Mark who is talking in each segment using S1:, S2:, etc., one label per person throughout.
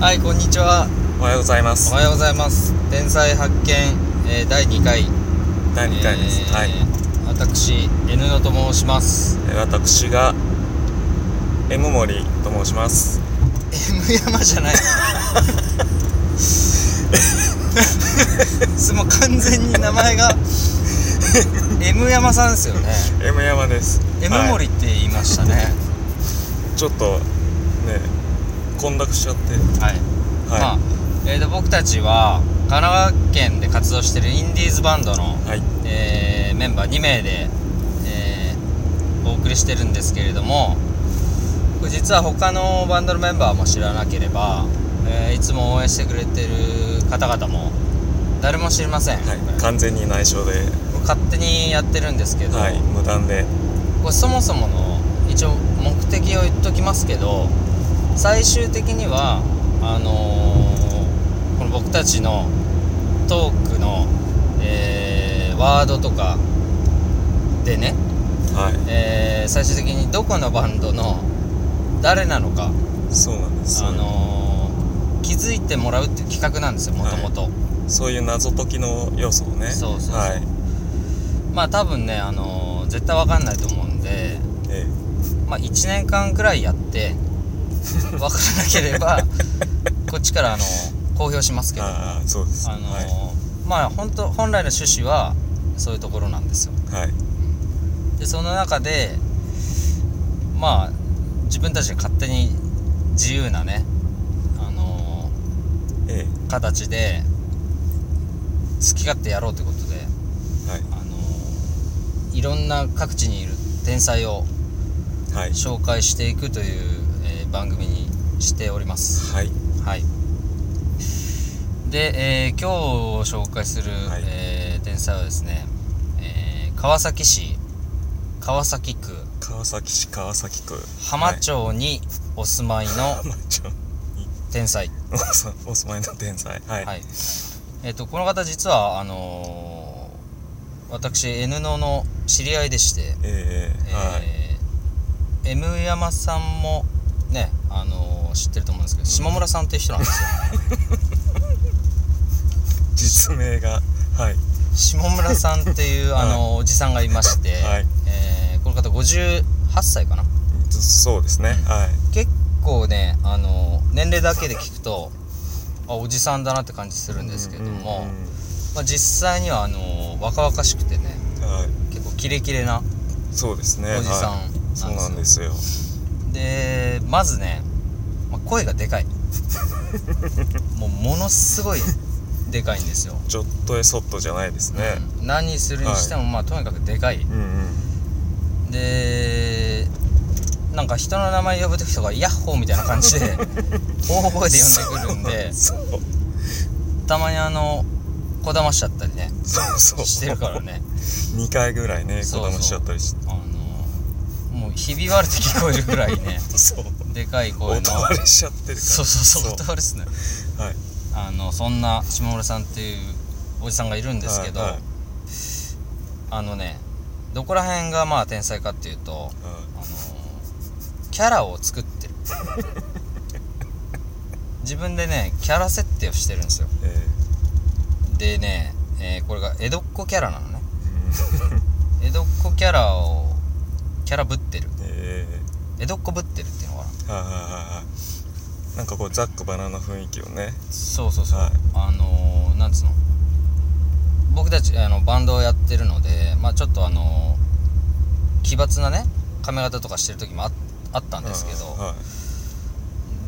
S1: はいこんにちは
S2: おはようございます
S1: おはようございます天才発見、えー第2回
S2: 第2回です、
S1: えー
S2: はい
S1: 私 N のと申します
S2: えー私が M 森と申します
S1: M 山じゃ ないもう完全に名前 が M 山さんですよね
S2: M 山です
S1: M
S2: はい
S1: 森って言いましたね
S2: ちょっとね混濁しちゃって
S1: はい、
S2: はい、
S1: まあ、えー、と僕たちは神奈川県で活動してるインディーズバンドの
S2: はい
S1: えーメンバー2名で、えーお送りしてるんですけれどもこれ実は他のバンドのメンバーも知らなければ、えーいつも応援してくれてる方々も誰も知りません、
S2: はい、
S1: これ
S2: 完全に内緒で、
S1: 勝手にやってるんですけど、
S2: はい、無断で
S1: これそもそもの一応目的を言っときますけど最終的にはあのーこの僕たちのトークの、えーワードとかでね、
S2: はい
S1: えー最終的にどこのバンドの誰なのか、
S2: そうなんです、
S1: あのー気づいてもらうっていう企画なんですよもともと
S2: そういう謎解きの要素をね
S1: そうそうそう
S2: はい
S1: まあ多分ね、あのー絶対わかんないと思うんで
S2: え
S1: まあ、1年間くらいや って分からなければこっちからあの公表します
S2: え
S1: けどあ
S2: ああそうです
S1: の、
S2: はい、
S1: まあ本当本来の趣旨はそういうところなんですよ
S2: はい、
S1: でその中でまあ自分たちで勝手に自由なねあの
S2: え
S1: 形で好き勝手やろうということで
S2: えはい
S1: あのいろんな各地にいる天才を
S2: はい
S1: 紹介していくという、えー番組にしております
S2: はい
S1: はいで、えー今日紹介する、
S2: はい
S1: えー天才はですね、えー川崎市川崎区
S2: 川崎市川崎区
S1: 浜町にお住まいの
S2: 浜町
S1: 天才、
S2: お住お住まいの天才 はい、
S1: はいえっ、とこの方実はあのー私 N のの知り合いでして
S2: ええはい
S1: えー M 山さんもね、あのー知ってると思うんですけど下村さんっていう人なんですよ
S2: 実名がはい
S1: 下村さんっていう、あのーおじさんがいまし て、
S2: はい
S1: えーこの方58歳かな
S2: ずそうですね、はい
S1: 結構ね、あのー年齢だけで聞くとあおじさんだなって感じするんですけど
S2: う
S1: も、
S2: んうん
S1: まあ、実際にはあのー若々しくてね
S2: うんはい
S1: 結構キレキレな
S2: そうですね
S1: おじさん
S2: は
S1: なん
S2: い
S1: ですよ
S2: そうなんですよ
S1: でまずね、まあ声 がでかいもうものすごいでかいんですよ、
S2: ちょっとやそっとじゃないですね
S1: うん何するにしても、まあとにかくでかい
S2: うんうん
S1: でなんか人の名前呼ぶ時とかヤッホーみたいな感 じで大声で呼んでくるんで
S2: そう
S1: たまにあのこだましちゃったりね
S2: そうそう
S1: してるからね
S2: 2回ぐらいね
S1: そ
S2: 子
S1: うそう
S2: 供しちゃったりして
S1: あのもうひび割れて聞こえるぐらい ね
S2: そう
S1: でかい声
S2: 音
S1: の
S2: 割れしちゃってるから
S1: そうそうそう音割れっすね
S2: うはい
S1: あのそんな下村さんっていうおじさんがいるんですけど、
S2: はいはい
S1: あのねどこら辺がまあ天才かっていうと
S2: は
S1: あのキャラを作ってる 自分でねキャラ設定をしてるんですよ
S2: いえ
S1: でね、えーこれが江戸っ子キャラなのね
S2: ーうん
S1: 江戸っ子キャラをキャラぶってる
S2: え
S1: 江戸っ子ぶってるっていうのか
S2: ー
S1: な
S2: はいはいはいはいなんかこうザックバナナ雰囲気をね
S1: そうそうそう、
S2: はい
S1: あのー、なんつうの僕たちあのバンドをやってるのでまあちょっとあのー奇抜なね髪型とかしてる時もああったんですけ
S2: うん
S1: ど
S2: は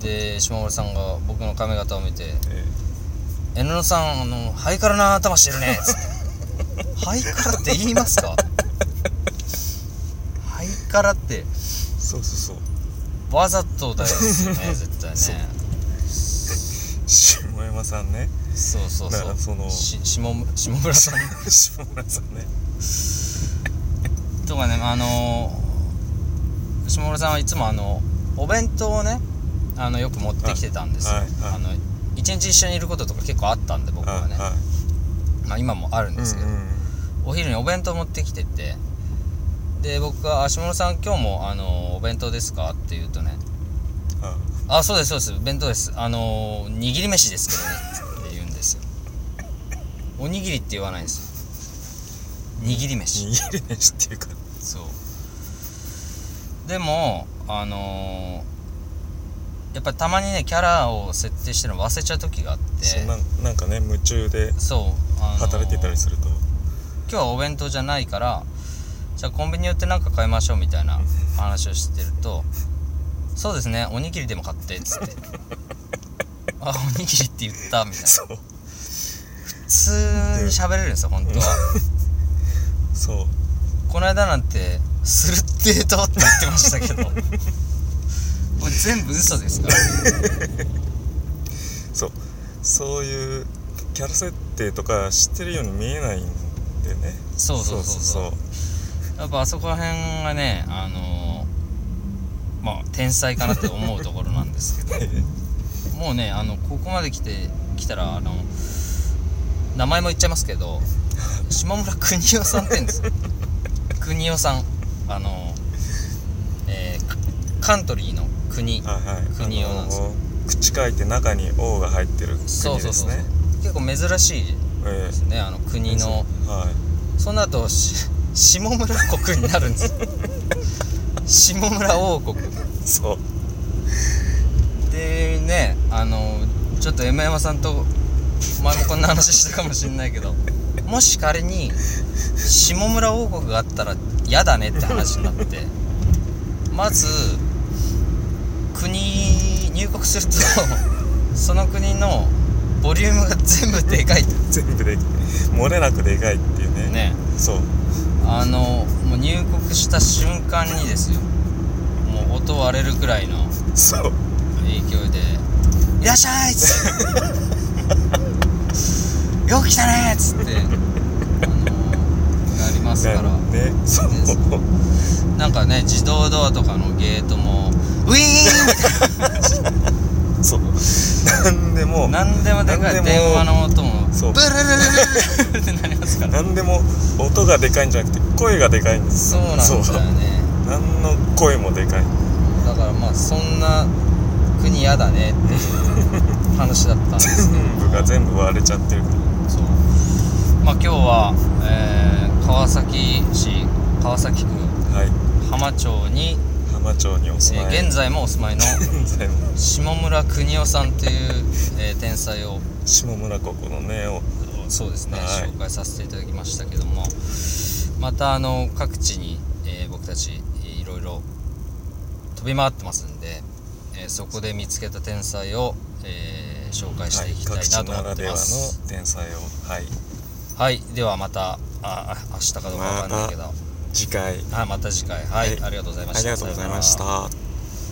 S2: い
S1: で下村さんが僕の髪型を見て
S2: え
S1: 「N 野さんあのハイカラな頭してるね」つって「ハイカラって言いますか? 」ハイカラって
S2: ーそうそうそう
S1: わざと だよね絶対ね
S2: そう下山さんね
S1: そうそう
S2: だか
S1: そう
S2: らその
S1: し下村下村さん
S2: 下村さんね
S1: とかねあのー下村さんはいつもあのお弁当をねあのよく持ってきてたんですよ、
S2: はいはいはい
S1: あの一日一緒にいることとか結構あったんで僕はね、
S2: はい
S1: まあ、今もあるんですけど、
S2: うんうん
S1: お昼にお弁当持ってきててで僕があ「下村さん今日もあのお弁当ですか?」って言うとね
S2: あ
S1: あそうですそうです弁当ですあのー握り飯ですけどねって言うんですよおにぎりって言わないんですよ握り飯
S2: 握り飯っていうか
S1: そうでもあのーやっぱたまにねキャラを設定してるの忘れちゃう時があって
S2: そうなんなんかね夢中で
S1: そう、あのー
S2: 働いてたりすると
S1: 今日はお弁当じゃないからじゃあコンビニ寄って何か買いましょうみたいな話をしてると「そうですねおにぎりでも買って」っつ って「あおにぎりって言った」みたいな
S2: そう
S1: 普通に喋れるんですよ本当は
S2: そう
S1: この間なんて「するってーと」って言ってましたけ どこれ全部嘘ですから
S2: そうそういうキャラ設定とか知ってるように見えないんでね
S1: そうそうそうそうやっぱあそこら辺がねあのーまあ天才かなって思うところなんですけど
S2: そうそう
S1: もうねあのここまで来て来たらあの名前も言っちゃいますけど島村邦夫さんって言うんですよ邦夫さんあの、えーカカントリーの国
S2: はいはい
S1: 国用なんですよ
S2: 口書いて中に「王が入ってる国ですね
S1: そうそうそうそう結構珍しい
S2: え
S1: ですねあの
S2: え
S1: 国の
S2: はい
S1: その後し 下村国になるんですよ下村王国
S2: そう
S1: でねあのちょっと M 山さんと前もこんな話したかもしれないけどもし仮に下村王国があったら嫌だねって話になってまず国入国するとその国のボリュームが全部でかいって
S2: 全部で漏れなくでかいっていうね
S1: ね
S2: そう
S1: あのもう入国した瞬間にですよもう音割れるくらいの
S2: そう
S1: 影響で「いらっしゃい!」っつって「よく来たね!」っつってあのなりますから
S2: ねそう
S1: ねなんかね自動ドアとかのゲートもウィー
S2: そうなんでも
S1: ン何でもでか
S2: なんで
S1: い
S2: も
S1: 電話の音も
S2: そう
S1: ブルルルルルルってなりますから
S2: なんでも音がでかいんじゃなくて声がでかいんです
S1: そうなんだよね
S2: 何の声もでかい
S1: だからまあそんな国嫌だねっていう話だったんです
S2: 全部が全部割れちゃってるから
S1: そうまあ今日は、えー川崎市川崎区
S2: はい
S1: 浜町に、
S2: 浜町にお
S1: え
S2: 住
S1: ー
S2: まい、
S1: 現在もお住まいの
S2: 現在も
S1: 下村邦夫さんという、えー天 才を
S2: 下村国のねお
S1: そうですね、
S2: はい
S1: 紹介させていただきましたけどもまたあの各地に、えー僕たちえーいろいろ飛び回ってますんで、えーそこで見つけた天才を、えー紹介していきたい
S2: 各地
S1: なと
S2: な
S1: 思
S2: ら
S1: って
S2: では
S1: ま
S2: の
S1: す、
S2: 天才をはい
S1: はい、ではまたああ明日かどうかわかんないけど、
S2: 次回
S1: はい、また次回はい、
S2: はい
S1: ありがとうございま
S2: あ
S1: し
S2: り
S1: た
S2: がとうございまし
S1: さよなら
S2: た